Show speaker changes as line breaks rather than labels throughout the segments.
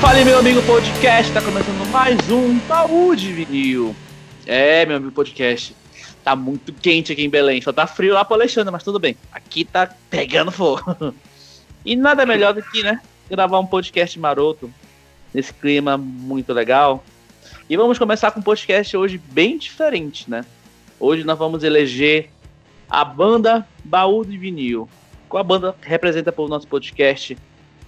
Fale, meu amigo podcast, tá começando mais um baú de vinil. É, meu amigo podcast, tá muito quente aqui em Belém, só tá frio lá pro Alexandre, mas tudo bem, aqui tá pegando fogo. E nada melhor do que, né, gravar um podcast maroto, nesse clima muito legal. E vamos começar com um podcast hoje bem diferente, né? Hoje nós vamos eleger a banda Baú de Vinil. Qual a banda que representa para o nosso podcast?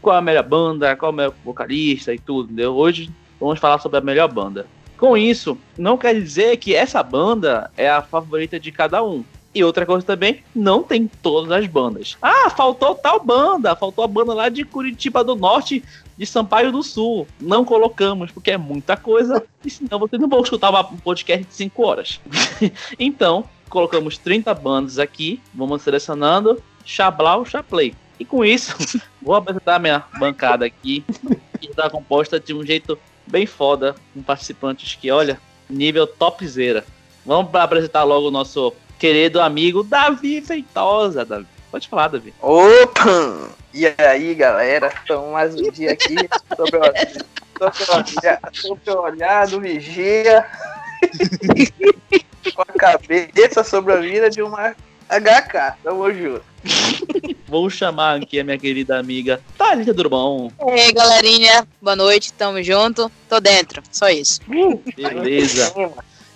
Qual é a melhor banda? Qual o melhor vocalista e tudo, entendeu? Hoje vamos falar sobre a melhor banda. Com isso, não quer dizer que essa banda é a favorita de cada um. E outra coisa também, não tem todas as bandas. Ah, faltou tal banda, faltou a banda lá de Curitiba do Norte, de Sampaio do Sul. Não colocamos, porque é muita coisa, e senão vocês não vão escutar um podcast de 5 horas. então, colocamos 30 bandas aqui, vamos selecionando Xablau, Chaplay. E com isso, vou apresentar minha bancada aqui, que está composta de um jeito bem foda, com participantes que, olha, nível topzera. Vamos apresentar logo o nosso querido amigo Davi Feitosa. Davi. Pode falar, Davi.
Opa! E aí, galera? Estamos mais um dia aqui sobre o, sobre o, olhar, sobre o olhar do vigia com a cabeça sobre a vida de uma HK. Tamo junto.
Vou chamar aqui a minha querida amiga Thalita Drummond.
E aí, galerinha, boa noite, tamo junto, tô dentro, só isso.
Beleza.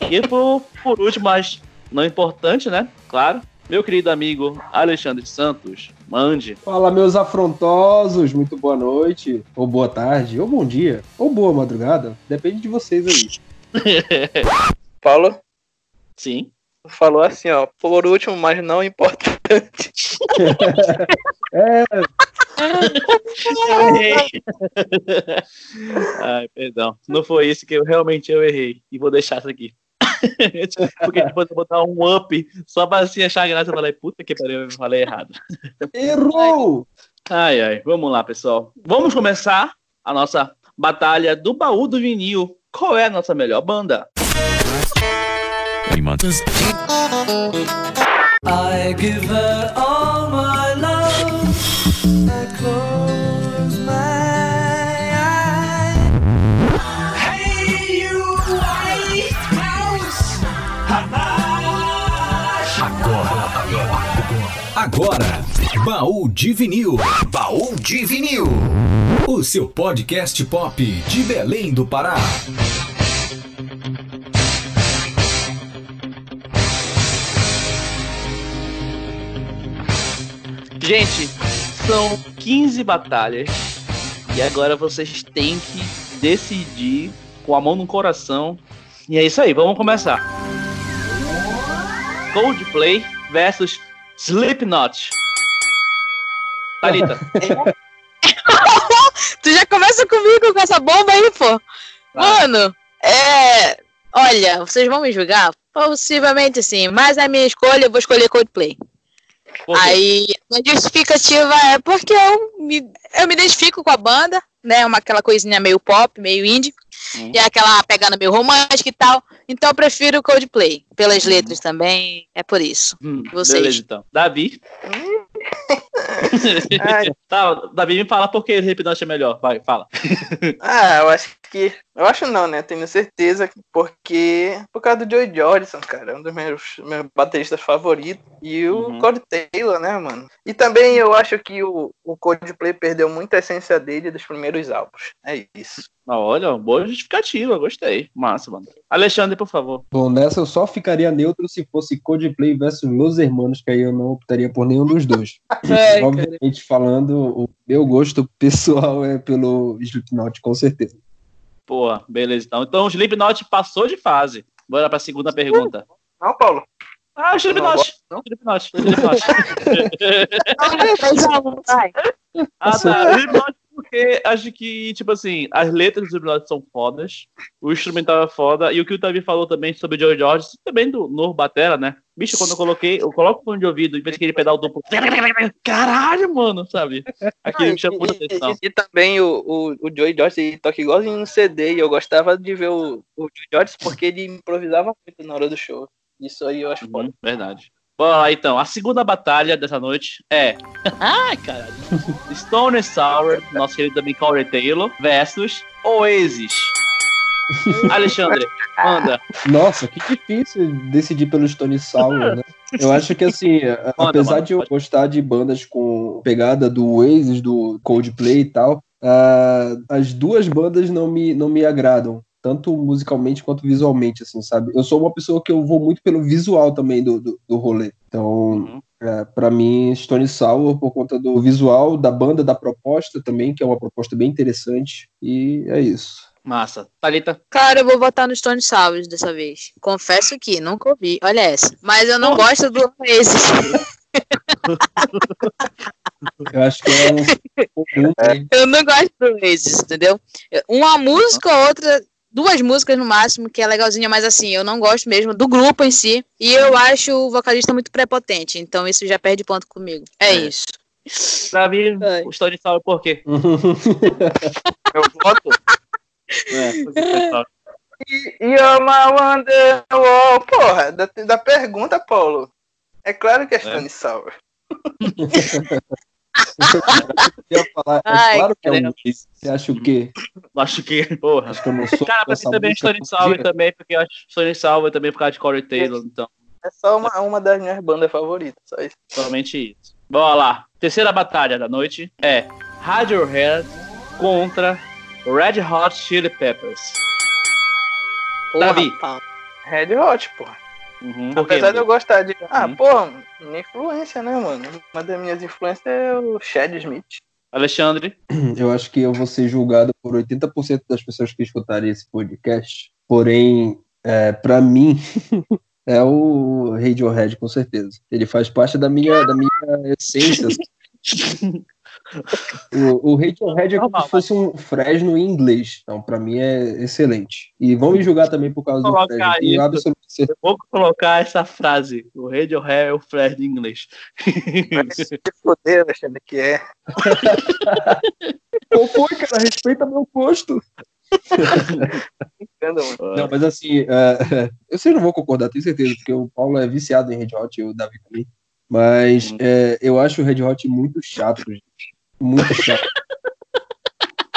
E por, por último, mas não importante, né? Claro. Meu querido amigo Alexandre Santos, mande.
Fala, meus afrontosos, muito boa noite, ou boa tarde, ou bom dia, ou boa madrugada, depende de vocês aí.
Paulo
Sim.
falou assim, ó. Por último, mas não importante.
É,
Errei. Ai, perdão. Não foi isso que eu realmente eu errei. E vou deixar isso aqui. Porque depois eu vou botar um up só pra assim achar graça. Eu falei, puta que pariu, eu falei errado.
errou!
Ai, ai. Vamos lá, pessoal. Vamos começar a nossa batalha do baú do vinil. Qual é a nossa melhor banda?
Mantas.
I give her all my love. I close my eyes. Hey, you white mouse.
Agora, Baú de Vinil. Baú de Vinil. O seu podcast pop de Belém do Pará.
Gente, são 15 batalhas. E agora vocês têm que decidir com a mão no coração. E é isso aí, vamos começar. Coldplay versus Slipknot. Thalita,
Tu já começa comigo com essa bomba aí, pô.
Vai.
Mano, é. Olha, vocês vão me julgar? Possivelmente sim, mas a minha escolha, eu vou escolher Coldplay.
por quê?
Aí, a justificativa é porque eu me, eu me identifico com a banda, né? Uma aquela coisinha meio pop, meio indie.
Hum.
E é aquela pegada meio romântica e tal. Então eu prefiro Coldplay. Pelas
Uhum.
letras também, é por isso.
Hum,
vocês.
Beleza, então. Davi.
Ai,
Tá, Davi, me fala por que Slipknot é melhor. Vai, fala.
Ah, eu acho que. Eu acho não, né? Tenho certeza que porque. Por causa do Joey Jordison, cara. É um dos meus, meus bateristas favoritos. E o
Uhum.
Corey Taylor, né, mano? E também eu acho que o, o Coldplay perdeu muita essência dele dos primeiros álbuns. É isso.
Ah, Olha, boa justificativa, gostei. Massa, mano. Alexandre, por favor.
Bom, nessa eu só ficaria neutro se fosse Coldplay versus Los Hermanos, que aí eu não optaria por nenhum dos dois.
Ai,
Obviamente falando, o meu gosto pessoal é pelo Slipknot, com certeza.
Porra, beleza. Então, então o Slipknot passou de fase. Bora pra segunda pergunta.
Não, Paulo?
Ah, o Slipknot.
Não,
Slipknot. Slipknot.
Vai.
Ah, tá. Slipknot porque acho que, tipo assim, as letras do Slipknot são fodas, o instrumental é foda, e o que o Tavi falou também sobre o Joe George, também do Nor Batera, né? Bicho, quando eu coloquei, eu coloco o fone de ouvido, em vez de aquele pedal duplo, caralho, mano, sabe? Aquilo
Ah,
me chamou a
e, e-
atenção.
e- e também o, o, o Joey Jordison toca igualzinho no CD. E eu gostava de ver o, o Joey Jordison porque ele improvisava muito na hora do show. Isso aí eu acho foda.
Uhum, verdade. Bora lá então. A segunda batalha dessa noite é. Ai, caralho. Stone Sour, nosso querido também Corey Taylor, versus Oasis. Alexandre, manda.
Nossa, que difícil decidir pelo Stone Sour, né? Eu acho que assim, a-
Manda,
apesar
manda,
de eu
pode.
gostar de bandas com pegada do Oasis, do Coldplay e tal, ah, as duas bandas não me, não me agradam. Tanto musicalmente quanto visualmente, assim, sabe? Eu sou uma pessoa que eu vou muito pelo visual também do, do, do rolê. Então,
Uhum.
é, para mim, Stone Sour, por conta do visual, da banda, da proposta também, que é uma proposta bem interessante. E é isso.
Massa. Thalita.
Cara, eu vou votar no Stone Sour dessa vez. Confesso que nunca ouvi. Olha essa. Mas eu não gosto do Oasis.
Eu acho que é um. comum, né?
Eu não gosto do Oasis, entendeu? Uma música ou outra, duas músicas no máximo, que é legalzinha, mas assim, eu não gosto mesmo do grupo em si. E eu acho o vocalista muito prepotente, então isso já perde ponto comigo. É,
É.
isso.
Davi,
Ai.
o Stone Sour por quê?
Eu voto.
É, Stone Sour.
You're my Wonderwall. Porra, da, da pergunta, Paulo. É claro que é Stone Sour.
Eu ia falar,
Ai,
é claro que é um
cara.
Oasis. Você acha o quê?
Acho que. Porra.
Acho que eu não sou.
Cara, pra mim
essa
também é
música
Stone
todo
Sour
dia?
também, porque eu acho Stone Sour também por causa de Corey Taylor, então.
É só uma, uma das minhas bandas favoritas. Só isso.
Somente isso. Bora lá. Terceira batalha da noite é Radiohead contra Red Hot Chili Peppers. Davi.
Porra, pá.
Red Hot, porra.
Uhum.
Apesar de eu gostar de. Ah,
Uhum.
porra, minha influência, né, mano? Uma das minhas influências é o Chad Smith.
Alexandre.
Eu acho que eu vou ser julgado por 80% das pessoas que escutarem esse podcast. Porém, é, para mim, é o Radiohead, com certeza. Ele faz parte da minha, da minha essência. assim. O, o Radiohead é como
Normal,
se fosse um Fresno em inglês. Então, pra mim, é excelente. E vão me julgar também por causa do
Coloca
Fresno.
isso.
Tenho absoluta certeza.
Eu vou colocar essa frase. O Radiohead é o Fred em inglês.
Que foder, Alexandre, que é.
Qual foi, cara? Respeita meu posto.
Entendo, mano.
É.
Não, mas assim, eh, eu sei não vou concordar, tenho certeza, porque o Paulo é viciado em Red Hot e o Davi também. Mas
Hum.
eh, eu acho o Red Hot muito chato, gente. Muito chato.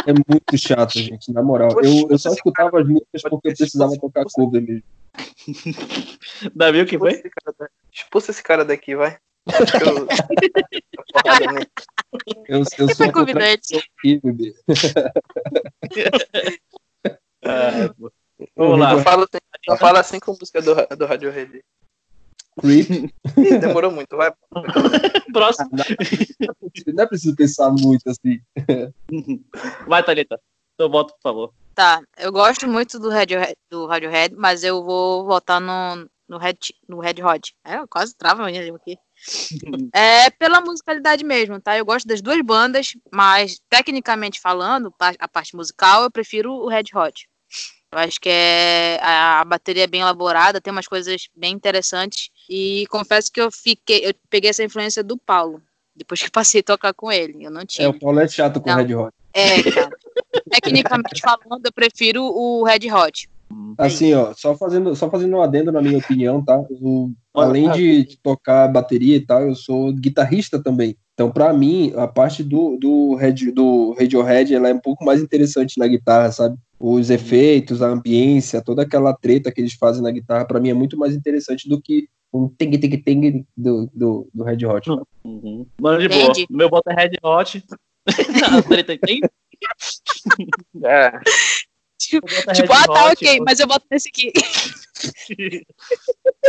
é muito chato, gente, na moral. Eu, eu só escutava as músicas porque eu precisava tocar cover mesmo.
Davi, o que
Expulsa
foi?
esse cara da- Expulsa esse cara daqui, vai. Acho que eu- Porrada nele.
Eu, eu sou
Foi É
né?
convidante.
aqui, bebê.
É,
Ah, pô. Vamos lá.
Só fala assim, só fala assim com música do, Ra- do Radiohead.
Creep.
Ih, demorou muito, vai.
Próximo.
Não é preciso pensar muito assim.
Vai, Thalita. Seu voto, por favor.
Tá, eu gosto muito do Radiohead, do Radiohead mas eu vou votar no, no, Red, no Red Hot. É, eu quase trava a minha língua aqui. É pela musicalidade mesmo, tá? Eu gosto das duas bandas, mas tecnicamente falando, pa- a parte musical, eu prefiro o Red Hot. Eu acho que é, a, a bateria é bem elaborada, tem umas coisas bem interessantes. E confesso que eu fiquei, eu peguei essa influência do Paulo, depois que passei a tocar com ele. Eu não tinha.
É, o Paulo é chato com o
Não.
Red Hot.
É, cara. Tecnicamente falando, eu prefiro o Red Hot.
É
Assim, ó, só fazendo, só fazendo um adendo na minha opinião, tá? O-
Olha,
além
tá.
de de tocar bateria e tal, eu sou guitarrista também. Então, pra mim, a parte do, do, Red, do Radiohead ela é um pouco mais interessante na guitarra, sabe? Os efeitos, a ambiência, toda aquela treta que eles fazem na guitarra, pra mim é muito mais interessante do que um ting ting ting do, do, do Red Hot.
Uhum. Mano, de boa.
Entendi.
Meu voto é Red Hot. Não, Thalita, tem?
É.
Tipo,
Meu voto é
tipo,
Red
ah, tá,
Hot,
ok, mas eu boto nesse aqui.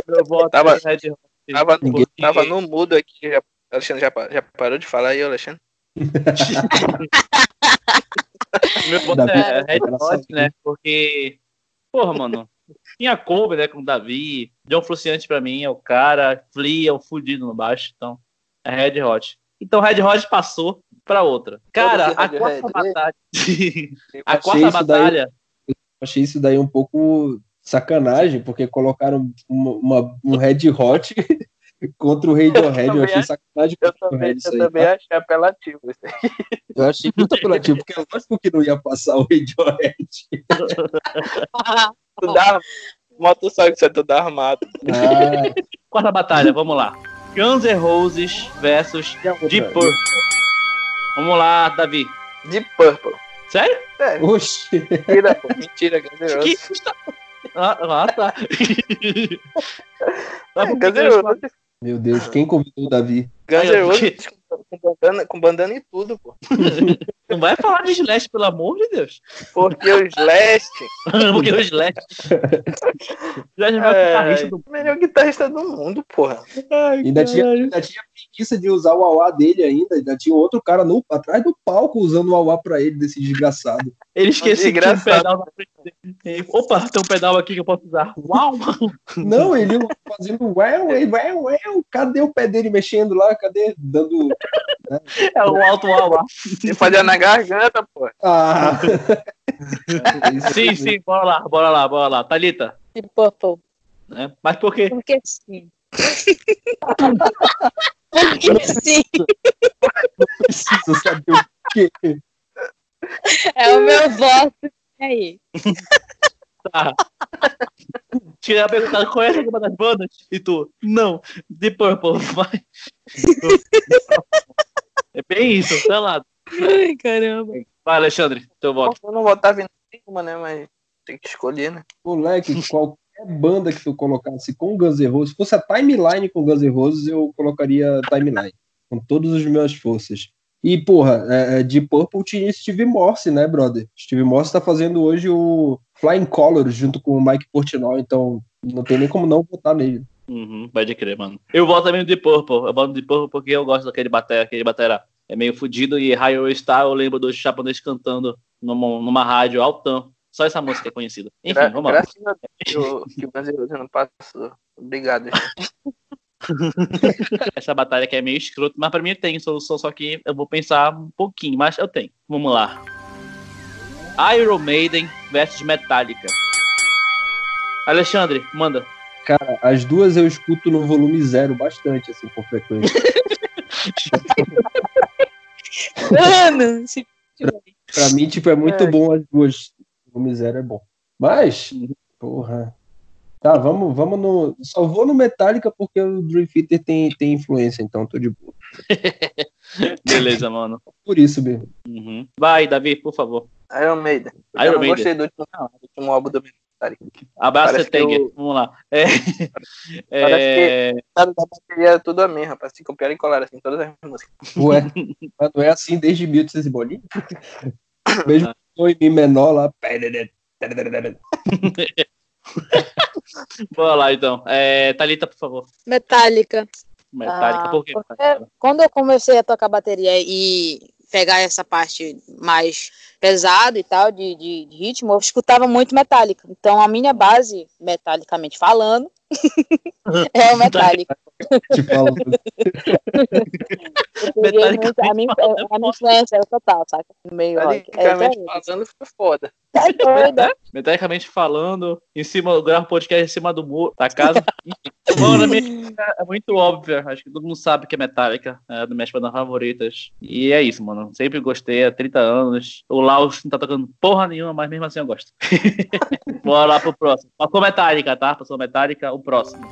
Meu voto
Tava-
é Red Hot.
Tava, no-
Porque-
tava no mudo aqui. Já, Alexandre já, pa- já parou de falar aí, Alexandre?
Meu voto
Davi,
é Red
cara,
Hot,
sabe?
né? Porque, porra, mano, tinha Kobe, né, com o Davi, John Fruciante pra mim é o cara, Flea é o fudido no baixo, então é Red Hot. Então Red Hot passou pra outra. Cara,
Foda-se,
a
Red
quarta
Hot.
batalha... a
achei
quarta
isso daí-
batalha...
Achei isso daí um pouco sacanagem, porque colocaram uma, uma- um Red Hot contra o Radiohead, eu,
também
achei
acho-
sacanagem
Eu
contra o
É
também,
Radiohead isso
eu
aí,
também
tá?
achei apelativo isso aí.
Eu achei muito apelativo, porque é lógico que não ia passar o Radiohead.
Tu dá, moto sabe que você tu dá é armado.
Ah,
Quarta batalha, vamos lá. Guns N' Roses versus Deep Purple. Vamos lá, Davi.
De Purple.
Sério?
É,
Oxi.
mentira, pô. É, Mentira, Guns N'
Que
Roses.
custa- Ah, ah, tá. Mas por que
Guns N'
eles falam-
Roses.
Meu Deus, quem convidou o Davi?
Guns
Aí,
N'
ó,
Roses com- com bandana, com bandana e tudo, pô.
Não vai falar de Slash, pelo amor de Deus.
Porque o Slash
Porque o Slash. Slash é o melhor
É,
guitarrista do.
melhor guitarrista do mundo, porra.
Ai,
Ainda tinha,
caralho.
ainda tinha preguiça de usar o auá dele ainda. Ainda tinha um outro cara no, atrás do palco usando o auá pra ele, desse desgraçado.
Ele esqueceu que tinha um
Desgraçado.
pedal na frente dele. Ele, Opa, tem um pedal aqui que eu posso usar. Uau!
Não, ele fazendo ué, ué, ué, ué. Cadê o pé dele mexendo lá? Cadê? Dando.
É o alto uau.
Se fazia na garganta, pô.
Ah!
Sim, sim, bora lá, bora lá, bora lá. Thalita.
De Purple.
né? Mas por quê?
Porque sim. Porque sim.
Preciso saber o quê?
É o meu voto. E aí?
Tá. Tinha perguntado, conhece alguma das bandas? E tu, não, The Purple, vai. é bem isso, sei lá.
Ai, caramba.
Vai, Alexandre, teu voto.
Eu não votava em nenhuma, né? Mas tem que escolher, né?
Moleque, qualquer banda que tu colocasse com Guns N' Roses, se fosse a timeline com Guns N' Roses, eu colocaria timeline. Com todas as minhas forças. E, porra, é, é, de Purple tinha Steve Morse, né, brother? Steve Morse tá fazendo hoje o Flying Colors junto com o Mike Portnoy, então não tem nem como não votar nele.
Uhum, pode crer, mano. Eu voto também no The Purple. Eu voto no The Purple porque eu gosto daquele batera, aquele batera é meio fudido e Highway Star eu lembro dos japoneses cantando numa, numa rádio altão. Só essa música é conhecida. Enfim,
Gra-
vamos lá.
Graças a Deus que o, que o Guns N' Roses não passou. Obrigado. gente.
Essa batalha aqui é meio escroto, mas pra mim tem solução, só que eu vou pensar um pouquinho, mas eu tenho. Vamos lá. Iron Maiden versus Metallica. Alexandre, manda.
As duas eu escuto no volume zero bastante, assim, com frequência.
Mano, se...
Pra mim, tipo, é muito bom as duas. Volume zero é bom. Mas, porra. Tá, vamos, vamos no. Só vou no Metallica porque o Dream Theater tem, tem influência, então tô de boa.
Beleza, mano.
Por isso mesmo.
Uhum. Vai, Davi, por favor.
Iron Maiden.
Iron
eu não
Maiden.
gostei do último, não, do último álbum do
Abraço,
Parece que
Tenger.
eu-
Vamos lá. É...
Parece
é...
Metallica. Da bateria era tudo a mesma, pra se copiar e colar, assim, todas as músicas.
Ué, mas não é assim desde 1800 e bolinha? Mesmo que foi em Mi menor lá.
Bora lá, então. É... Thalita, por favor.
Metallica.
Metallica,
Ah,
por quê?
porque quando eu comecei a tocar bateria e pegar essa parte mais pesada e tal, de, de- de ritmo, eu escutava muito Metallica. Então a minha base, metalicamente falando, é o Metallica.
Tipo, fala,
Eu peguei
Metallicamente
muito- a, minha, a minha influência era total, saca? No meio rock. É,
Praticamente falando, foi foda.
é doida.
Metallicamente falando, em cima, eu gravo podcast em cima do muro da casa. Enfim. Mano, a minha dica é muito óbvia. Acho que todo mundo sabe que é Metallica, é uma das minhas bandas favoritas. E é isso, mano. Sempre gostei há 30 anos. O Laos não tá tocando porra nenhuma, mas mesmo assim eu gosto. Bora lá pro próximo. Passou Metallica, tá? Passou Metallica, o próximo.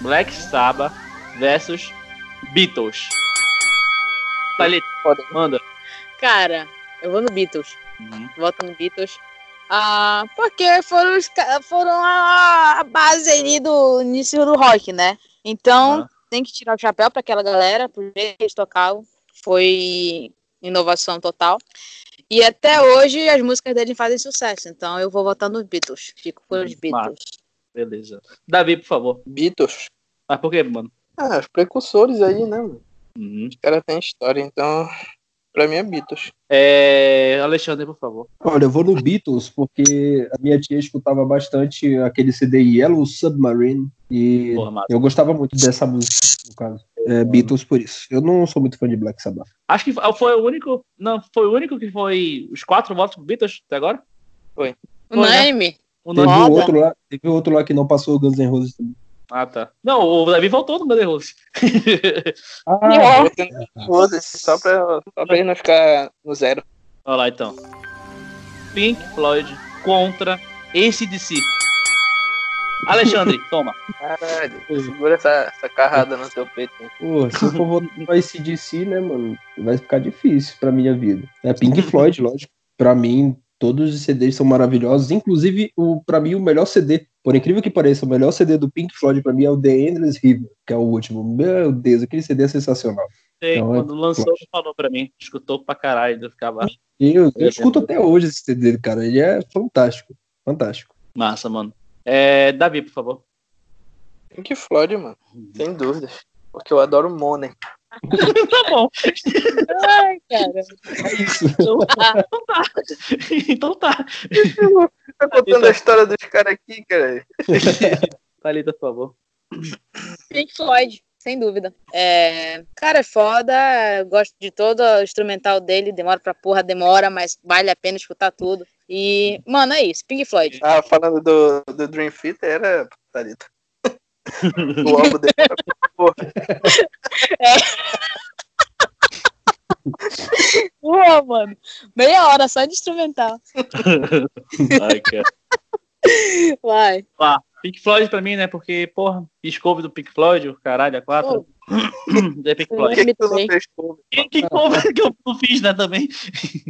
Black Sabbath versus Beatles. Thalita,
Foda.
manda.
Cara, eu vou no Beatles.
Uhum.
Voto no Beatles. Ah, porque foram, os ca- foram a, a base ali do início do rock, né? Então,
Ah.
tem que tirar o chapéu para aquela galera, por jeito que eles tocavam. Foi inovação total. E até hoje as músicas deles fazem sucesso. Então eu vou votar nos Beatles. Fico por os
Massa.
Beatles.
Beleza. Davi, por favor.
Beatles.
Mas por que, mano?
Ah, os precursores aí, né? mano?
Uhum.
Os caras têm história, então. Pra mim é Beatles.
É... Alexandre, por favor.
Olha, eu vou no Beatles porque a minha tia escutava bastante aquele CD Yellow Submarine e
Porra, massa.
eu gostava muito dessa música, no caso. É, Beatles por isso. Eu não sou muito fã de Black Sabbath.
Acho que foi o único. Não, foi o único que foi os quatro votos pro Beatles até agora? Foi, né?
Unânime?
O
Teve
Nando-
Foda.
um outro lá, teve outro lá que não passou o Guns N' Roses também.
Ah, tá. Não, o Davi voltou no Guns Rose.
É.
Ah,
Eu tenho Roses, assim, só pra, só pra ele não ficar no zero.
Olha lá então. Pink Floyd contra ACDC. Alexandre, toma.
Caralho, segura essa, essa carrada no teu peito.
Pô, se eu for votar pro ICDC, né, mano, vai ficar difícil pra minha vida. É Pink Floyd, lógico. Pra mim, todos os CDs são maravilhosos, inclusive, o, pra mim, o melhor CD, por incrível que pareça, o melhor CD do Pink Floyd pra mim é o The Endless River, que é o último. Meu Deus, aquele CD é sensacional.
Sei,
Não, é
quando lançou,
Floyd.
falou pra mim. Escutou pra caralho, eu ficava.
E Eu, eu escuto até hoje esse CD, cara, ele é fantástico, fantástico.
Massa, mano. É, Davi, por favor.
Pink Floyd, mano. Sem dúvidas. Porque eu adoro Money.
tá bom.
Ai, cara.
É isso.
tá. então tá.
Tá contando a história dos caras aqui, cara.
Thalita, Tá por favor.
Pink Floyd, sem dúvida. É, cara, é foda. eu Gosto de todo o instrumental dele. Demora pra porra, demora, mas vale a pena escutar tudo. E, mano, é isso. Pink Floyd.
Ah, falando do, do Dream Theater, era Thalita. o álbum dele era porra.
Uou, mano. Meia hora só de instrumental.
Ai, cara.
Vai.
Pink Floyd pra mim, né? Porque, porra, Discovery do Pink Floyd, o caralho, a quatro.
Oh.
é Pink
Por
Floyd.
que que tu não fez cover?
Que, que cover que eu não fiz, né, também?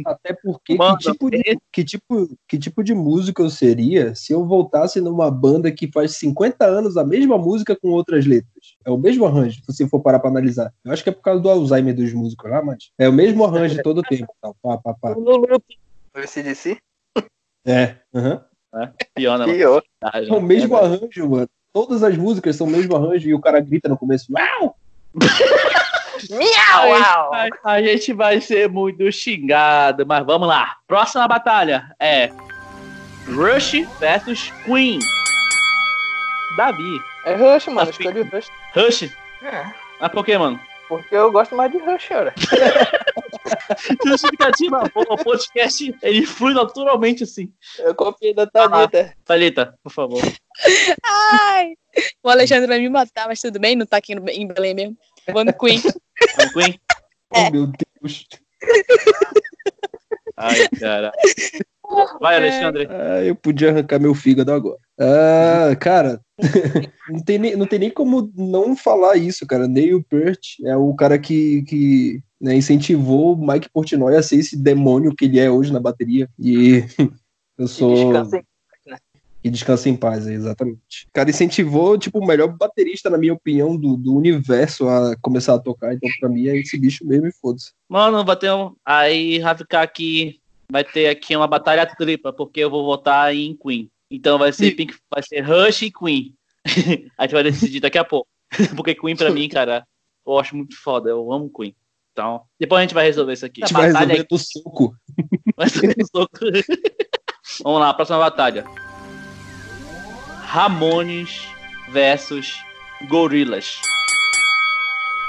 Até porque
Mano, é
que, tipo de, que, tipo, que tipo de músico eu seria se eu voltasse numa banda que faz 50 anos a mesma música com outras letras? É o mesmo arranjo, se você for parar pra analisar. Eu acho que é por causa do Alzheimer dos músicos lá, mas é o mesmo arranjo todo o tempo. Tá? Pá, pá, pá.
O ACDC?
É. aham.
Pior, né?
Pior.
É o mesmo arranjo, mano. Todas as músicas são o mesmo arranjo e o cara grita no começo. "Ah, Uau!
Miau, uau.
Ai, A gente vai ser muito xingado, mas vamos lá. Próxima batalha é Rush versus Queen. Davi.
É Rush, mano.
Assim.
Escolhi o Rush.
Rush?
É.
Mas por quê, mano?
Porque eu gosto mais de Rush, olha.
Justificativa boa, o podcast ele flui naturalmente assim.
Eu copiei da Thalita.
Ah, Thalita, por favor.
Ai. O Alexandre vai me matar, mas tudo bem, não tá aqui no- em Belém mesmo. Vou no Queen.
Vamos, Queen?
Oh, meu Deus.
Ai, cara. Vai, Alexandre.
Ah, eu podia arrancar meu fígado agora. Ah, cara, não, tem nem, não tem nem como não falar isso, cara. Neil Peart é o cara que, que né, incentivou o Mike Portnoy a ser esse demônio que ele é hoje na bateria. E eu
Que
sou.
descansa, hein?
Que descansa em paz, é, exatamente. O cara incentivou, tipo, o melhor baterista, na minha opinião, do, do universo a começar a tocar. Então, pra mim, é esse bicho mesmo e foda-se.
Mano, vai ter um... Aí vai ficar aqui. Vai ter aqui uma batalha tripla, porque eu vou votar em Queen. Então vai ser Pink, vai ser Rush e Queen. a gente vai decidir daqui a pouco. porque Queen, pra mim, cara, eu acho muito foda. Eu amo Queen. Então, depois a gente vai resolver isso aqui.
A gente vai
batalha
resolver do soco.
Vai ser um soco. Vamos lá, próxima batalha. Ramones versus Gorilas.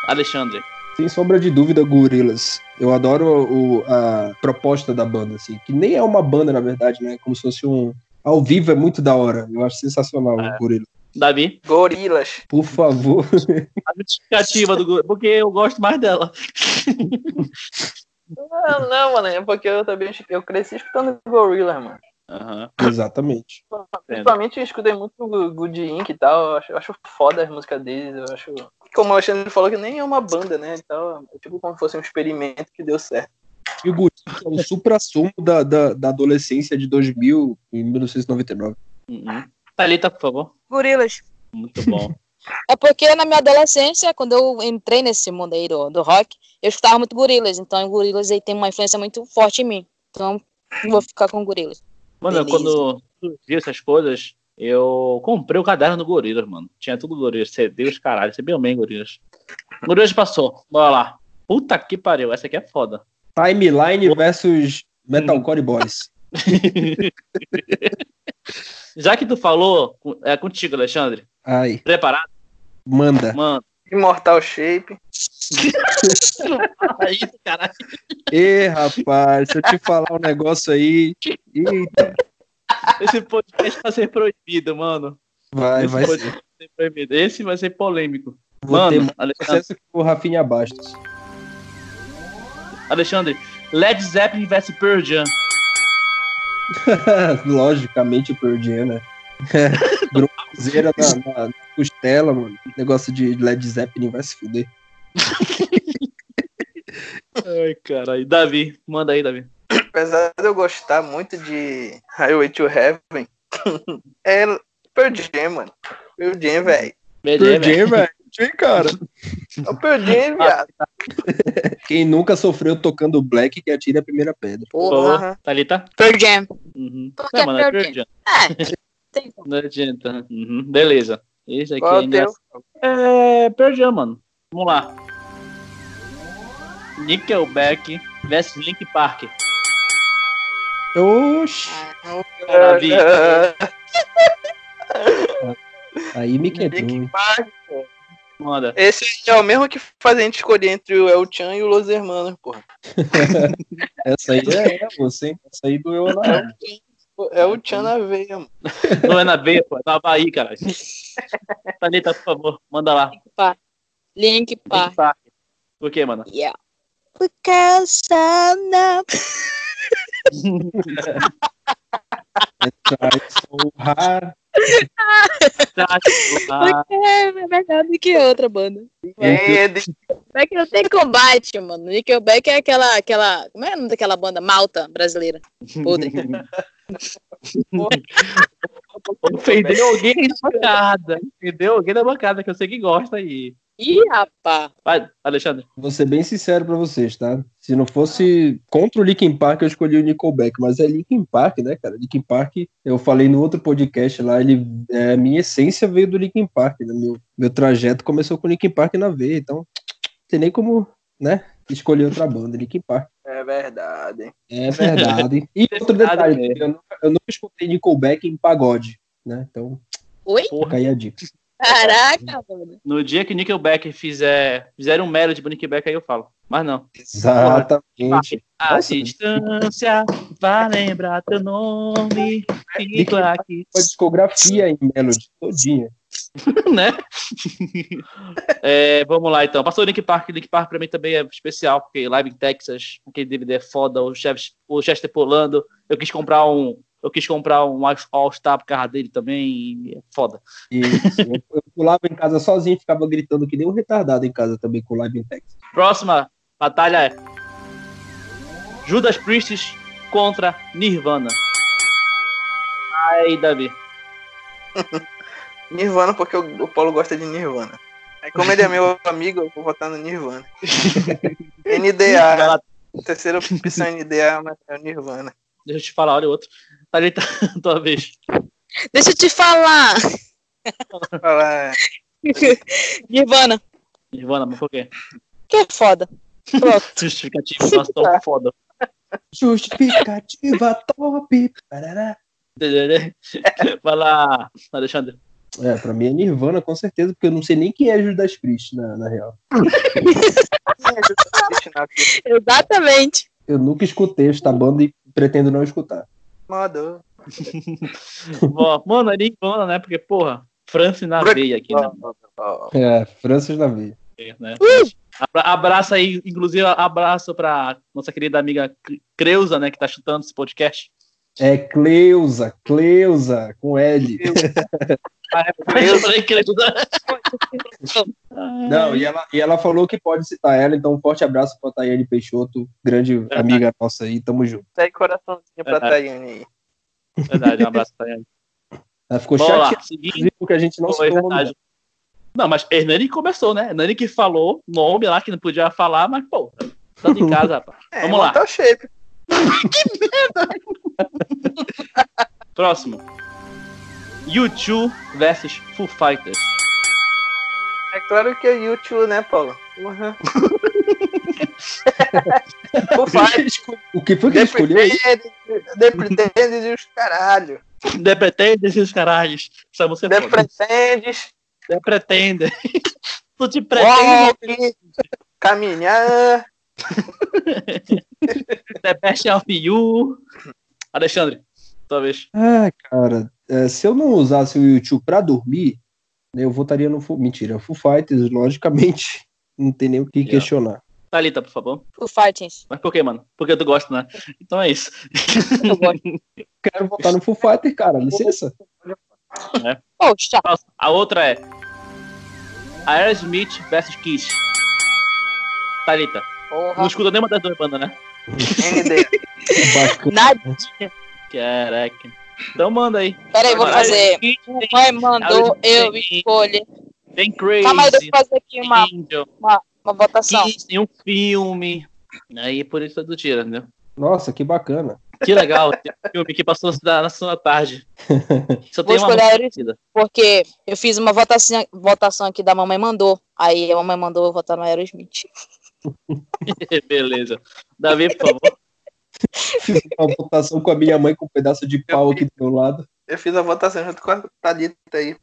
Alexandre.
Sem sombra de dúvida, Gorillaz. Eu adoro o- a proposta da banda, assim, que nem é uma banda, na verdade, né? Como se fosse um. Ao vivo é muito da hora. Eu acho sensacional o Gorillaz.
Davi.
Gorilas.
Por favor.
A justificativa do Gorilas. Porque eu gosto mais dela.
Não, não, mano. É porque eu também eu cresci escutando Gorilas, mano.
Aham.
Exatamente.
Principalmente eu escutei muito o Good Inc e tal. Eu acho, eu acho foda as músicas deles. Eu acho. Como o Alexandre falou, que nem é uma banda, né? Então, é tipo como se fosse um experimento que deu certo.
E o Gorillaz é o supra-sumo da, da, da adolescência de 2000, em 1999.
Uhum. Thalita, por favor.
Gorilas.
Muito bom.
É porque na minha adolescência, quando eu entrei nesse mundo aí do, do rock, eu escutava muito gorilas. Então, gorilas aí tem uma influência muito forte em mim. Então, eu vou ficar com gorilas.
Mano,
Beleza.
quando surgiu essas coisas, eu comprei o caderno do Gorilas, mano. Tinha tudo Gorilas. CD, os caralho. Você bem, Gorilas. Gorilas passou. Bora lá. Puta que pariu. Essa aqui é foda.
Timeline versus Metalcore Boys.
Já que tu falou, é contigo, Alexandre.
Ai,
Preparado?
manda.
Mano,
Immortal Shape.
fala tá isso, caralho.
Ê, rapaz, se eu te falar um negócio aí. Eita,
Esse podcast vai ser proibido, mano.
vai,
Esse
vai ser.
podcast vai ser proibido. Esse vai ser polêmico.
Vou ter
mano,
mais
Alexandre,
processo que o Rafinha Bastos.
Alexandre, Led Zeppelin vs Pearl Jam.
Logicamente o Pearl Jam, né? Bronzeira na, na costela, mano. Negócio de Led Zeppelin vai se fuder.
Ai, caralho. Davi, manda aí, Davi.
Apesar de eu gostar muito de Highway to Heaven, é Pearl Jam, mano. Pearl Jam, velho.
Beleza, é, velho.
velho. cara.
É o Pearl Jam, viado.
Quem nunca sofreu tocando black que atira a primeira pedra.
Porra.
Tá ali, tá?
Pearl Jam.
Uhum.
Porque
Não, mano, é
é
Pearl
Pearl
Jam.
É, tem como.
Não adianta. Uhum. Beleza. Esse aqui
Qual é o
ainda
teu?
É, Pearl mano. Vamos lá. Nickelback versus Link Park.
Oxi.
Davi.
Aí me quebrou.
Linkin
hein?
Park.
Manda.
Esse é o mesmo que faz a gente escolher entre o El Chan e o Los Hermanos, porra.
Essa aí é, é você, hein? Essa aí doeu na alma.
É o Chan na veia, mano.
Não é na veia, pô. É na Bahia, caralho. Thalita, por favor, manda lá.
Link Park. Link Park.
Link Park. Por quê, mano?
Yeah. Because I'm not...
Try so hard.
Ah,
Porque é melhor do que outra banda.
É, de-
Como é que não tem combate, mano? Nickelback é aquela, aquela. Como é o nome daquela banda? Malta brasileira. Podre.
Ofendeu alguém da bancada. Ofendeu alguém da bancada, que eu sei que gosta aí.
Ih, rapá.
Vai, Alexandre.
Vou ser bem sincero pra vocês, tá? Se não fosse contra o Linkin Park, eu escolhi o Nickelback, mas é Linkin Park, né, cara? Linkin Park, eu falei no outro podcast lá, ele, é, minha essência veio do Linkin Park, né? Meu, meu trajeto começou com o Linkin Park na veia, então não tem nem como, né, escolher outra banda, Linkin Park.
é verdade. hein?
É verdade. E outro
Verdade né?
detalhe,
mesmo.
eu nunca, eu nunca escutei Nickelback em pagode, né? Então,
Oi?
Porra.
fica aí a dica.
Caraca, mano.
No dia que Nickelback fizer, fizer um melody pro Nickelback, aí eu falo. Mas não.
Exatamente.
A
Nossa.
distância vai lembrar teu nome. Fico aqui.
Uma discografia em Melody, todinha.
né? É, vamos lá então. Passou o Link Park. Link Park pra mim também é especial, porque Live em Texas, aquele DVD é foda, o, Chef, o Chester pulando. Eu quis comprar um. Eu quis comprar um All-Star por causa dele também. E é foda.
Isso. Eu, eu pulava em casa sozinho e ficava gritando que nem um retardado em casa também com live em Texas.
Próxima batalha é Judas Priest contra Nirvana. Ai, Davi.
Nirvana, porque o, o Paulo gosta de Nirvana. Aí, como ele é meu amigo, eu vou votar no Nirvana. NDA.
Fala-
Terceira opção é NDA, mas é o Nirvana.
Deixa eu te falar, olha o outro. Thalita, tua vez.
Deixa eu te falar.
Fala,
Nirvana,
Nirvana, mas por quê?
que é foda. Pronto.
Justificativo, nossa, tão foda.
Justificativa top. Parará.
Vai lá, Alexandre.
É, pra mim é Nirvana, com certeza, porque eu não sei nem quem é Judas Priest, na, na real.
é
Exatamente.
Eu nunca escutei esta banda e pretendo não escutar.
Modo.
Ó, Mano, é Nirvana, né? Porque, porra, France na
Pra-
veia aqui, né?
É, Francis na veia.
né? Abra- abraço aí, inclusive, abraço pra nossa querida amiga Cre- Creuza, né? Que tá chutando esse podcast.
É Cleusa, Cleusa, com L.
Ah, é, Eu falei Creuza.
Não, e ela, e ela falou que pode citar ela, então um forte abraço pra Tayane Peixoto, grande amiga nossa aí, tamo junto.
Sai coraçãozinho pra
É.
Tayane aí.
Verdade, um abraço pra ela.
Ela ficou
Vamos lá,
chateada
seguinte.
porque a gente não
foi,
citou o nome
é verdade. Não, mas Hernani começou, né? Hernani que falou nome lá que não podia falar, mas, pô, tá em casa, rapaz.
É,
Vamos lá.
Tá o shape.
Próximo. YouTube versus Foo Fighters.
É claro que é YouTube, né, Paulo? Uhum. Foo
dela.
Fighters,
Tipo, O que foi que
The
ele escolheu aí?
Pretenders, The Pretenders e os caralho.
Depretende esses caralhos. Essa música é
The
foda.
Pretenders,
Você pretende. tu te pretende,
Walk, Caminhar.
the best of you. Alexandre, talvez.
Ah, cara, é, se eu não usasse o YouTube pra dormir, né, eu votaria no Full. Mentira, Full Fighters, logicamente. Não tem nem o que
Yeah.
questionar.
Thalita, por favor.
O Fightings.
Mas por que, mano? Porque tu gosta, né? Então é isso.
Eu gosto.
Quero votar no Full Fighter, cara, licença.
Poxa,
Nossa, A outra é Aerosmith versus Kiss. Thalita, não
porra.
escuta nenhuma das duas bandas, né?
ND.
Bacana.
Nadinha.
Caraca. Então manda aí.
Pera aí, vou
Agora,
fazer.
Kiss tem-
Mãe mandou eu escolher.
Tem Crazy,
Calma aí, deixa eu fazer aqui
tem
uma,
Angel,
uma votação.
Kiss, tem um filme. Aí por isso tu tira, entendeu?
Nossa, que bacana.
Que legal, tem um filme que passou na, na sua tarde. Só
Vou
tem uma
escolher
música
Aerosmith.
parecida.
Porque eu fiz uma votação, votação aqui da mamãe mandou. Aí a mamãe mandou eu votar no Aerosmith.
Beleza. Davi, por favor.
Fiz uma votação com a minha mãe com um pedaço de pau aqui do meu lado.
Eu fiz a votação junto com a Thalita aí.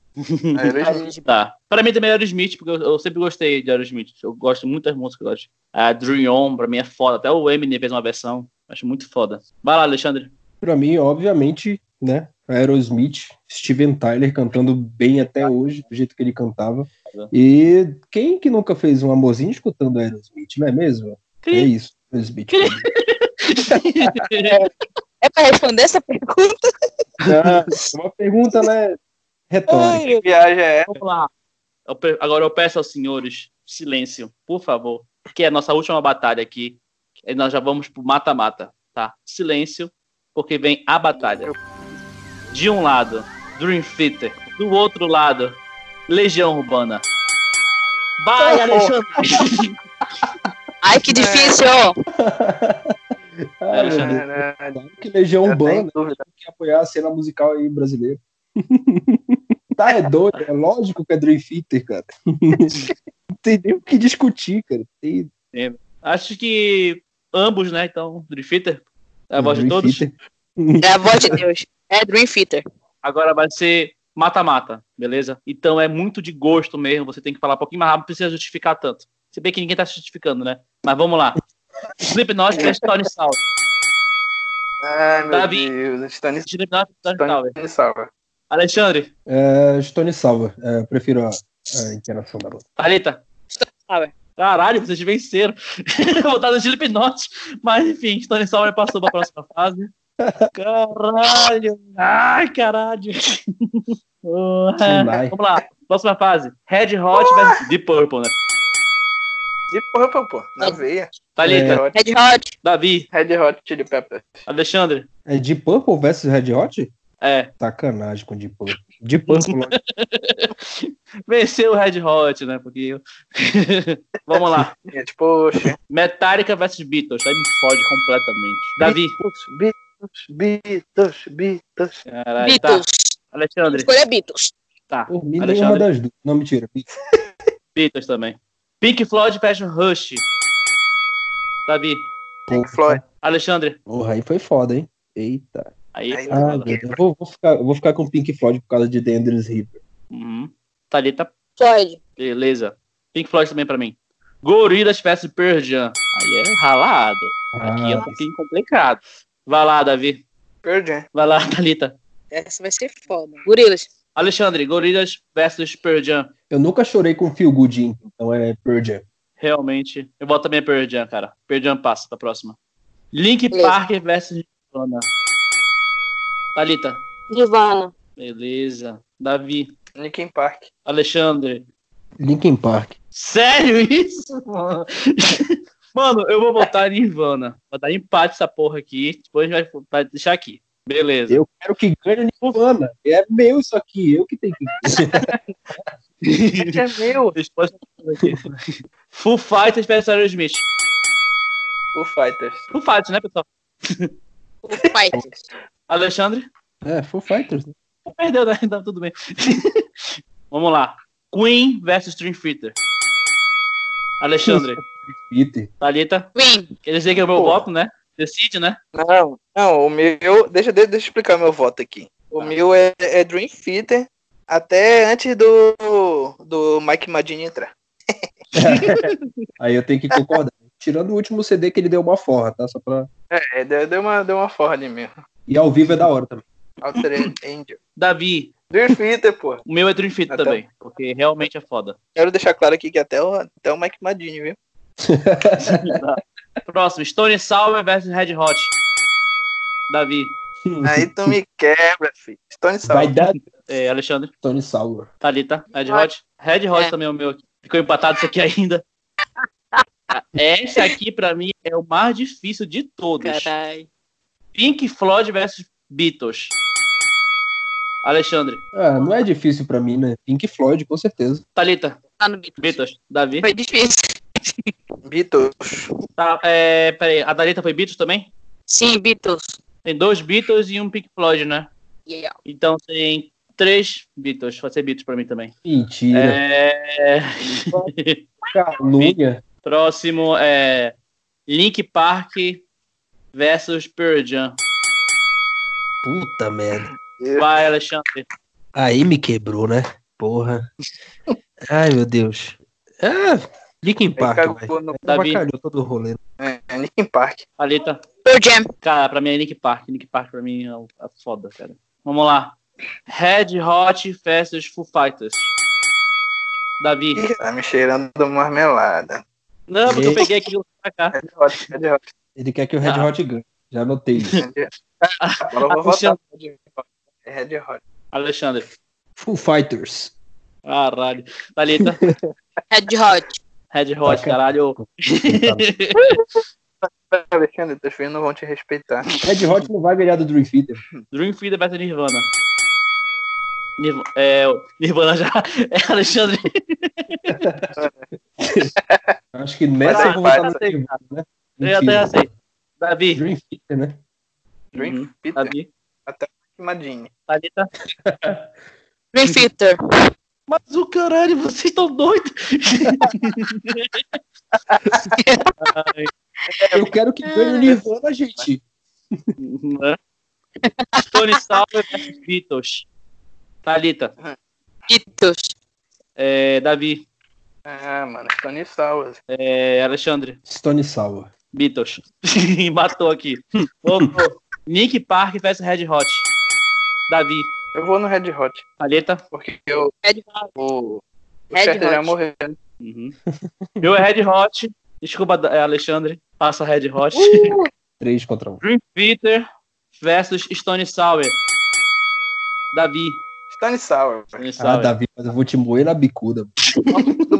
É, Aerosmith.
Tá. Pra mim também é Aerosmith, porque eu, eu sempre gostei de Aerosmith. Eu gosto muito das músicas que eu gosto. A Dream On, pra mim, é foda. Até o Eminem fez uma versão. Acho muito foda. Vai lá, Alexandre.
Pra mim, obviamente, né? Aerosmith, Steven Tyler cantando bem até hoje, do jeito que ele cantava. E quem que nunca fez um amorzinho escutando Aerosmith, não é mesmo? É isso, Aerosmith.
É pra responder essa pergunta?
Ah, é uma pergunta, né? Retórica.
meu
Viagem é.
Vamos lá. Eu pe- agora eu peço aos senhores silêncio, por favor, que é a nossa última batalha aqui. E nós já vamos pro mata-mata, tá? Silêncio, porque vem a batalha. De um lado, Dream Theater. Do outro lado, Legião Urbana. Vai, Alexandre!
Ai, que difícil.
Ah, meu Deus.
Caralho,
Que Legião
né? eu tenho
Urbana
dúvida.
que apoiar a cena musical aí brasileira. tá, é doido. É lógico que é Dream Theater, cara. Não tem nem o que discutir, cara. Tem...
Acho que ambos, né? Então, Dream Theater. É a voz de
Dream
todos.
Theater.
É a voz de Deus. É Dream Theater.
Agora vai ser mata-mata, beleza? Então é muito de gosto mesmo, você tem que falar um pouquinho mais rápido, não precisa justificar tanto. Se bem que ninguém tá se justificando, né? Mas vamos lá. Slipknot vs Tony Sauer.
Ai, meu
Davi.
Deus. Stone
Slipknot vs Tony Sauer.
Stone salva.
Alexandre,
É, Stone Salva. É, eu prefiro a, a interação da banda.
Thalita.
Sauer.
Caralho, vocês venceram. Eu vou estar no Slipknot, mas enfim, Tony Sauer passou pra próxima fase. Caralho. Ai, caralho. É.
Tunai.
Vamos lá, próxima fase. Red Hot vs Deep Purple, né?
E porra, pô, pô. Na veia.
Thalita,
tá. Red Hot-
Red Hot.
Tá Davi,
Red Hot Chili Peppers.
Alexandre.
É Deep Purple versus Red Hot?
É,
Sacanagem com Deep Purple. Deep Purple, lógico.
venceu o Red Hot, né? Porque eu... Vamos lá.
Gente, poxa.
Metallica versus Beatles. Aí me fode completamente. Davi.
Beatles, Beatles, Beatles.
Caralho, tá.
Beatles.
Alexandre.
Escolha Beatles.
Tá.
Por mim, nenhuma
Alexandre.
das duas. Não, mentira.
Beatles também. Pink Floyd versus Rush. Davi.
Pink Floyd.
Alexandre.
Porra, aí foi foda, hein? Eita.
Aí. tá
Aí
foi
não.
Ah,
foda.
meu Deus. eu vou, vou ficar, eu vou ficar com Pink Floyd por causa de The Endless River.
Uhum. Thalita.
Floyd.
Beleza. Pink Floyd também pra mim. Gorillaz versus Pearl Jam. Aí é ralado. Aqui é um
Ah,
pouquinho complicado. Vai lá, Davi.
Perdi.
Vai lá, Thalita.
Essa vai ser foda. Gorilas.
Alexandre. Gorillaz versus Pearl Jam.
Eu nunca chorei com Feel Good, Inc., então é Pearl Jam.
Realmente. Eu boto também Pearl Jam, cara. Pearl Jam passa pra próxima. Link
Beleza.
Park versus Nirvana. Thalita.
Divana.
Beleza. Davi.
Linkin Park.
Alexandre.
Linkin Park.
Sério isso, mano? mano, eu vou botar Nirvana. Vou dar empate essa porra aqui. Depois a gente vai, vai deixar aqui. Beleza.
Eu quero que ganhe o Nirvana. É meu isso aqui, eu que tenho que
É meu.
Depois... Full Fighters versus Aerosmith.
O Fighters.
Full Fighters, né, pessoal? Alexandre.
É, Foo Fighters. né?
Perdeu, né? Então tudo bem. Vamos lá. Queen versus Dream Theater. Alexandre,
Peter.
Thalita,
Queen.
quer dizer que é o meu
Porra.
voto, né? Decide, né?
Não, não, o meu. Deixa, deixa eu explicar meu voto aqui. O
Tá.
meu é, é Dream Theater até antes do, do Mike Madini entrar.
Aí eu tenho que concordar. Tirando o último CD que ele deu uma forra, tá? Só pra...
É, é, deu, deu uma, deu uma forra ali mesmo.
E ao vivo é da hora também.
Altered Angel.
Davi,
Dream Theater, pô.
o meu é Dream Theater
Ah, tá.
também, porque realmente é foda.
Quero deixar claro aqui que até o, até o Mike Madini, viu?
Próximo, Stone Sour versus Red Hot. Davi,
Ah, então, Aí tu me quebra, filho. Stone
Vai
Sour.
dar
É, Alexandre.
Tony Sauer.
Thalita. Red Hot. Red Hot
É.
também é o meu aqui. Ficou empatado isso aqui ainda. Essa aqui, pra mim, é o mais difícil de todas.
Caralho.
Pink Floyd versus Beatles. Alexandre.
Ah, não é difícil pra mim, né? Pink Floyd, com certeza.
Thalita.
Tá no Beatles.
Beatles. Davi.
Foi difícil.
Beatles.
Tá, é, peraí, a Thalita foi Beatles também?
Sim, Beatles.
Tem dois Beatles e um Pink Floyd, né?
Yeah.
Então tem três Beatles. Vai ser Beatles pra mim também.
Mentira.
É...
Calúnia.
Próximo é Link Park versus Pearl Jam.
Puta merda.
Vai, Alexandre.
Aí me quebrou, né? Porra. Ai, meu Deus.
É,
Ah, Linkin Park,
Aí
velho.
cagou no
Davi.
Avacalhou todo o rolê.
é, Linkin Park.
Alita.
Pearl Jam.
Cara, pra mim é Link Park. Link Park pra mim é o- é foda, cara. Vamos lá. Red Hot versus Foo Fighters. Davi.
Ih, tá me cheirando marmelada.
Não, porque eu peguei aquilo pra cá. Tá
Red Hot, Red Hot.
Ele quer que o Red
Ah.
Hot ganhe. Já anotei isso.
Red Hot. Agora eu vou votar.
Luciano.
Red Hot. É Red Hot.
Alexandre.
Full Fighters.
Caralho. Thalita.
Red Hot.
Red Hot, caralho.
Alexandre, teus filhos não vão te respeitar.
Uhum.
Red Hot não vai ganhar do Dream Theater.
Dream Theater versus Nirvana. Nirv- é, o Nirvana já. É, Alexandre.
Acho que nessa
Vai,
eu vou
vai,
votar no
vai.
Dream Theater, né?
Eu até já
Mentira.
sei. Davi.
Dream Theater, né?
Dream
Uhum.
Peter,
Davi.
Madine.
Thalita.
Dream Theater.
Mas o caralho, vocês estão doidos. É.
Eu quero que ganhe o Nirvana, gente.
Né? Tony Sauer versus Beatles. Thalita,
Beatles.
é, Davi,
Ah, mano, Tony assim. Sauer.
é, Alexandre,
Stone Sour.
Beatles. Matou aqui. Voltou. Nick Park versus Red Hot. Davi,
Eu vou no Red Hot,
Thalita.
porque eu.
Red Hot.
O, o
Red
Chester já
Hot.
morreu.
Uhum. Meu é Red Hot. Desculpa, é, Alexandre. Passa Red Hot.
Três contra um.
Dream Theater versus Stone Sour. Davi,
Tony Sauer.
Stone
Ah,
Sour.
Davi, mas eu vou te moer na bicuda.
Do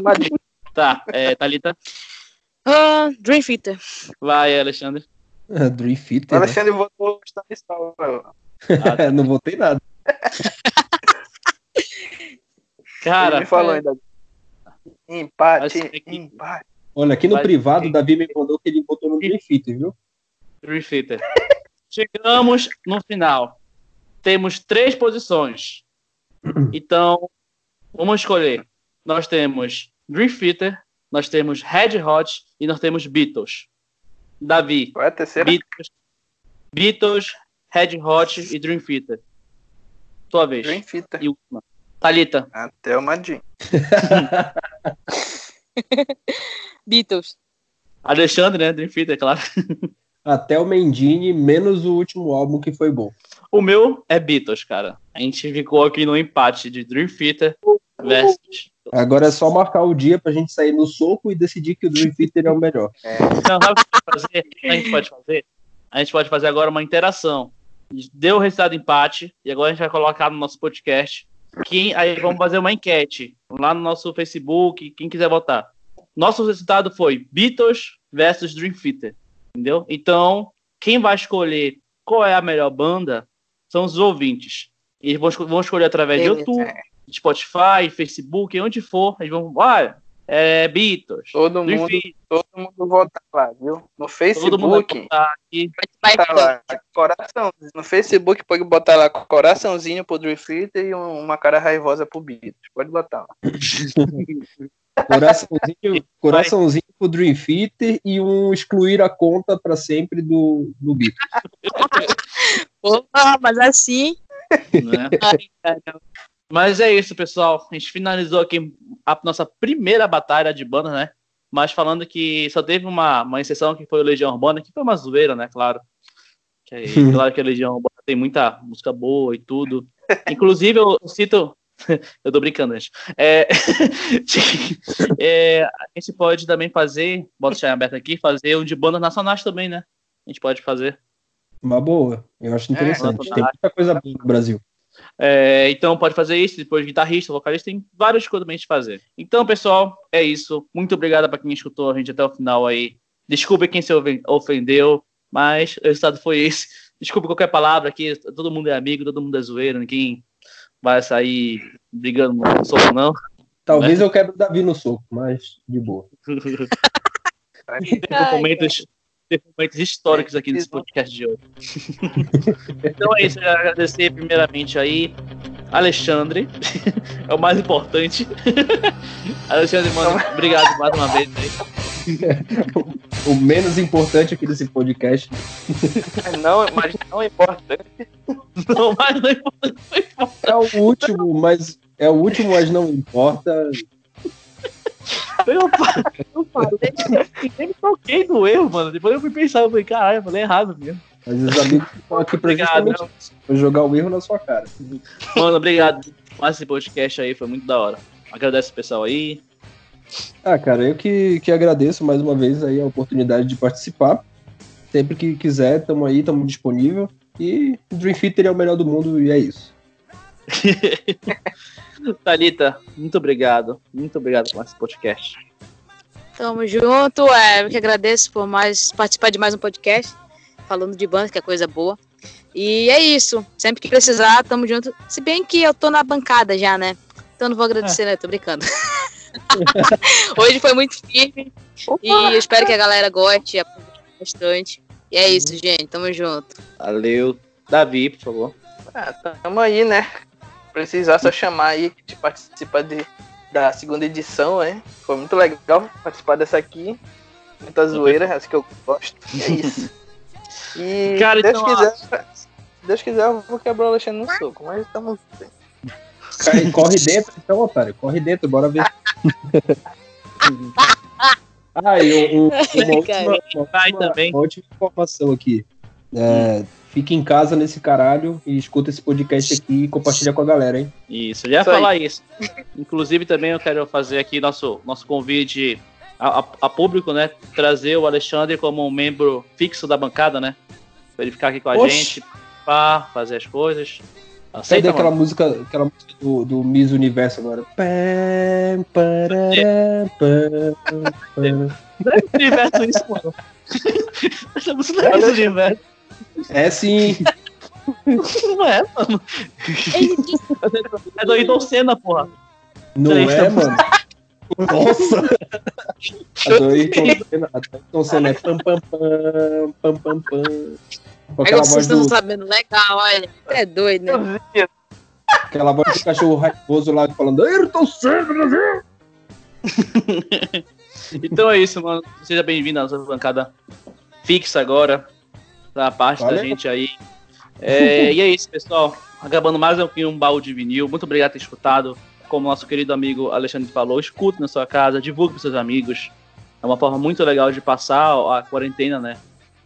Madine.
Tá, é, Thalita.
Ah, Dream Theater.
Vai, Alexandre.
Ah, Dream
O
Theater, né?
Alexandre votou Tony Sauer.
Ah, tá.
Não votei nada.
Ele
Cara,
me
é.
falou ainda. Empate,
Acho que-
empate.
Olha, aqui no
Vai.
privado, o Davi me mandou que ele botou no Dream Theater, viu?
Dream Theater. Chegamos no final. Temos três posições. Então, vamos escolher. Nós temos Dream Theater, nós temos Red Hot e nós temos Beatles. Davi,
Qual é a terceira?
Beatles, Beatles, Red Hot e Dream Theater. Tua vez.
Dream Fita.
E última. Thalita,
Até o Madin.
Beatles.
Alexandre, né? Dream Theater, claro.
Até o Mendini, menos o último álbum que foi bom.
O meu é Beatles, cara. A gente ficou aqui no empate de Dream Theater versus
Agora é só marcar o dia pra gente sair no soco e decidir que o Dream Theater é o melhor.
Não, Então, sabe o que pode fazer? Sabe o que a gente pode fazer? A gente pode fazer agora uma interação. Deu o resultado do empate e agora a gente vai colocar no nosso podcast. Quem, aí vamos fazer uma enquete lá no nosso Facebook, quem quiser votar. Nosso resultado foi Beatles versus Dream Theater, entendeu? Então, quem vai escolher qual é a melhor banda são os ouvintes. Eles vão, esco- vão escolher através de
Beleza.
YouTube, Spotify, Facebook, onde for. Eles vão, olha, é Beatles,
Todo
Dream
mundo,
Theater,
todo mundo vota lá, viu? No
todo mundo vai
Facebook,
votar aqui.
Vai,
tá lá, coração. No Facebook pode botar lá coraçãozinho pro Dream Fita e um- uma cara raivosa pro Beatles. Pode botar lá.
Coraçãozinho, coraçãozinho pro Dream Theater e um excluir a conta pra sempre do, do Beatles.
Opa, mas assim.
né? Mas é isso, pessoal. A gente finalizou aqui a nossa primeira batalha de bandas, né? Mas falando que só teve uma, uma exceção que foi o Legião Urbana, que foi uma zoeira, né? Claro. Que, é- claro que a Legião Urbana tem muita música boa e tudo. Inclusive, eu cito. Eu tô brincando, gente. É, é, a gente pode também fazer, bota o chat aberto aqui, fazer um de bandas nacionais também, né? A gente pode fazer.
Uma boa. Eu acho interessante.
É,
Tem muita coisa boa no Brasil.
É, então pode fazer isso, depois guitarrista, vocalista, tem vários instrumentos de fazer. Então, pessoal, é isso. Muito obrigado para quem escutou a gente até o final aí. Desculpe quem se ofen- ofendeu, mas o resultado foi esse. Desculpe qualquer palavra aqui, todo mundo é amigo, todo mundo é zoeiro, ninguém vai sair brigando no soco, não.
Talvez
Né?
eu quebre o Davi no soco, mas de boa.
Teve momentos, teve momentos históricos aqui nesse podcast de hoje. então é isso, eu quero agradecer primeiramente aí Alexandre, é o mais importante. Alexandre, mano, obrigado É mais uma vez aí.
O menos importante aqui desse podcast.
Mas não, mas não é importante.
Não, mas não importa.
É o último, mas. É o último, mas não importa.
Eu fa- eu falei, eu nem me toquei no erro, mano. Depois eu fui pensar, eu falei, caralho, eu falei errado mesmo.
Mas os amigos que estão aqui pra
Obrigado,
justamente isso, pra jogar o erro na sua cara.
Mano, obrigado. Mas esse podcast aí foi muito da hora. Agradeço o pessoal aí.
Ah, cara, eu que, que agradeço mais uma vez aí a oportunidade de participar. Sempre que quiser, estamos aí, estamos disponível. E Dream Theater é o melhor do mundo e é isso.
Thalita, muito obrigado. Muito obrigado por esse podcast.
Tamo junto, é, eu que agradeço por mais participar de mais um podcast, falando de banda, que é coisa boa. E é isso, sempre que precisar, tamo junto. Se bem que eu tô na bancada já, né? Então não vou agradecer, né? Tô brincando. Hoje foi muito firme e eu espero que a galera goste aproveite bastante. E é isso, gente, tamo junto.
Valeu. Davi, por favor.
Ah, tamo aí, né? Precisar só chamar aí que te participa de, da segunda edição, hein? Foi muito legal participar dessa aqui. Muita zoeira, essa que eu gosto. E é isso. E
Cara,
Deus
então,
quiser, se Deus quiser, eu vou quebrar o Alexandre no soco, mas tamo.
Cai- corre dentro, então, otário. Corre dentro, bora ver. ah, e um- um- uma, última,
Cara,
uma
vai
última-
também.
uma última informação aqui. É, Fica em casa nesse caralho e escuta esse podcast aqui e compartilha com a galera, hein?
Isso, eu já ia
Isso aí.
falar isso. Inclusive, também eu quero fazer aqui nosso, nosso convite a, a- a público, né? Trazer o Alexandre como um membro fixo da bancada, né? Pra ele ficar aqui com a
Oxe.
gente, pá, fazer as coisas.
Cadê
Aceita,
é.
aquela
mano?
música, aquela música do, do Miss Universo agora? Pam, parará, pam, pam.
Universo isso, mano. Essa música não é do universo,
É sim,
não é, mano. É do Ayrton Senna, porra.
não é, mano? Nossa! A do Ayrton Senna- a do Ayrton Senna é pam, pam, pam, pam, pam, pam. Com
Aí
aquela
É vocês
voz,
estão
do,
sabendo, legal, olha. É doido, né?
aquela voz do cachorro raivoso lá falando Ayrton Senna!
Então é isso, mano. Seja bem-vindo à nossa bancada fixa agora, da parte
Valeu.
da gente aí. É, e é isso, pessoal. Acabando mais um, um baú de vinil. Muito obrigado por ter escutado. Como nosso querido amigo Alexandre falou, escute na sua casa, divulgue para seus amigos. É uma forma muito legal de passar a quarentena, né?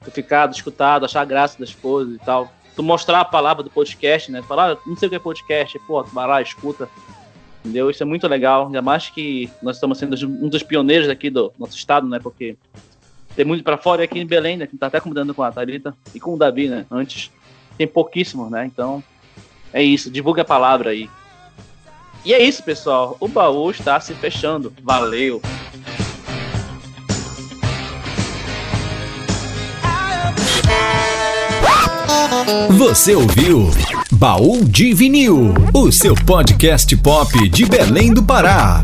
Tu ficar escutado, achar graça das coisas e tal. Tu mostrar a palavra do podcast, né? Tu Falar, "Ah, não sei o que é podcast, pô, tu vai lá, escuta. Entendeu? Isso é muito legal. Ainda mais que nós estamos sendo um dos pioneiros aqui do nosso estado, né? Porque tem muito pra fora e aqui em Belém, né? Que tá até combinando com a Thalita e com o Davi, né? Antes. Tem pouquíssimos, né? Então, é isso. Divulga a palavra aí. E é isso, pessoal. O baú está se fechando. Valeu!
Você ouviu Baú de Vinil, o seu podcast pop de Belém do Pará.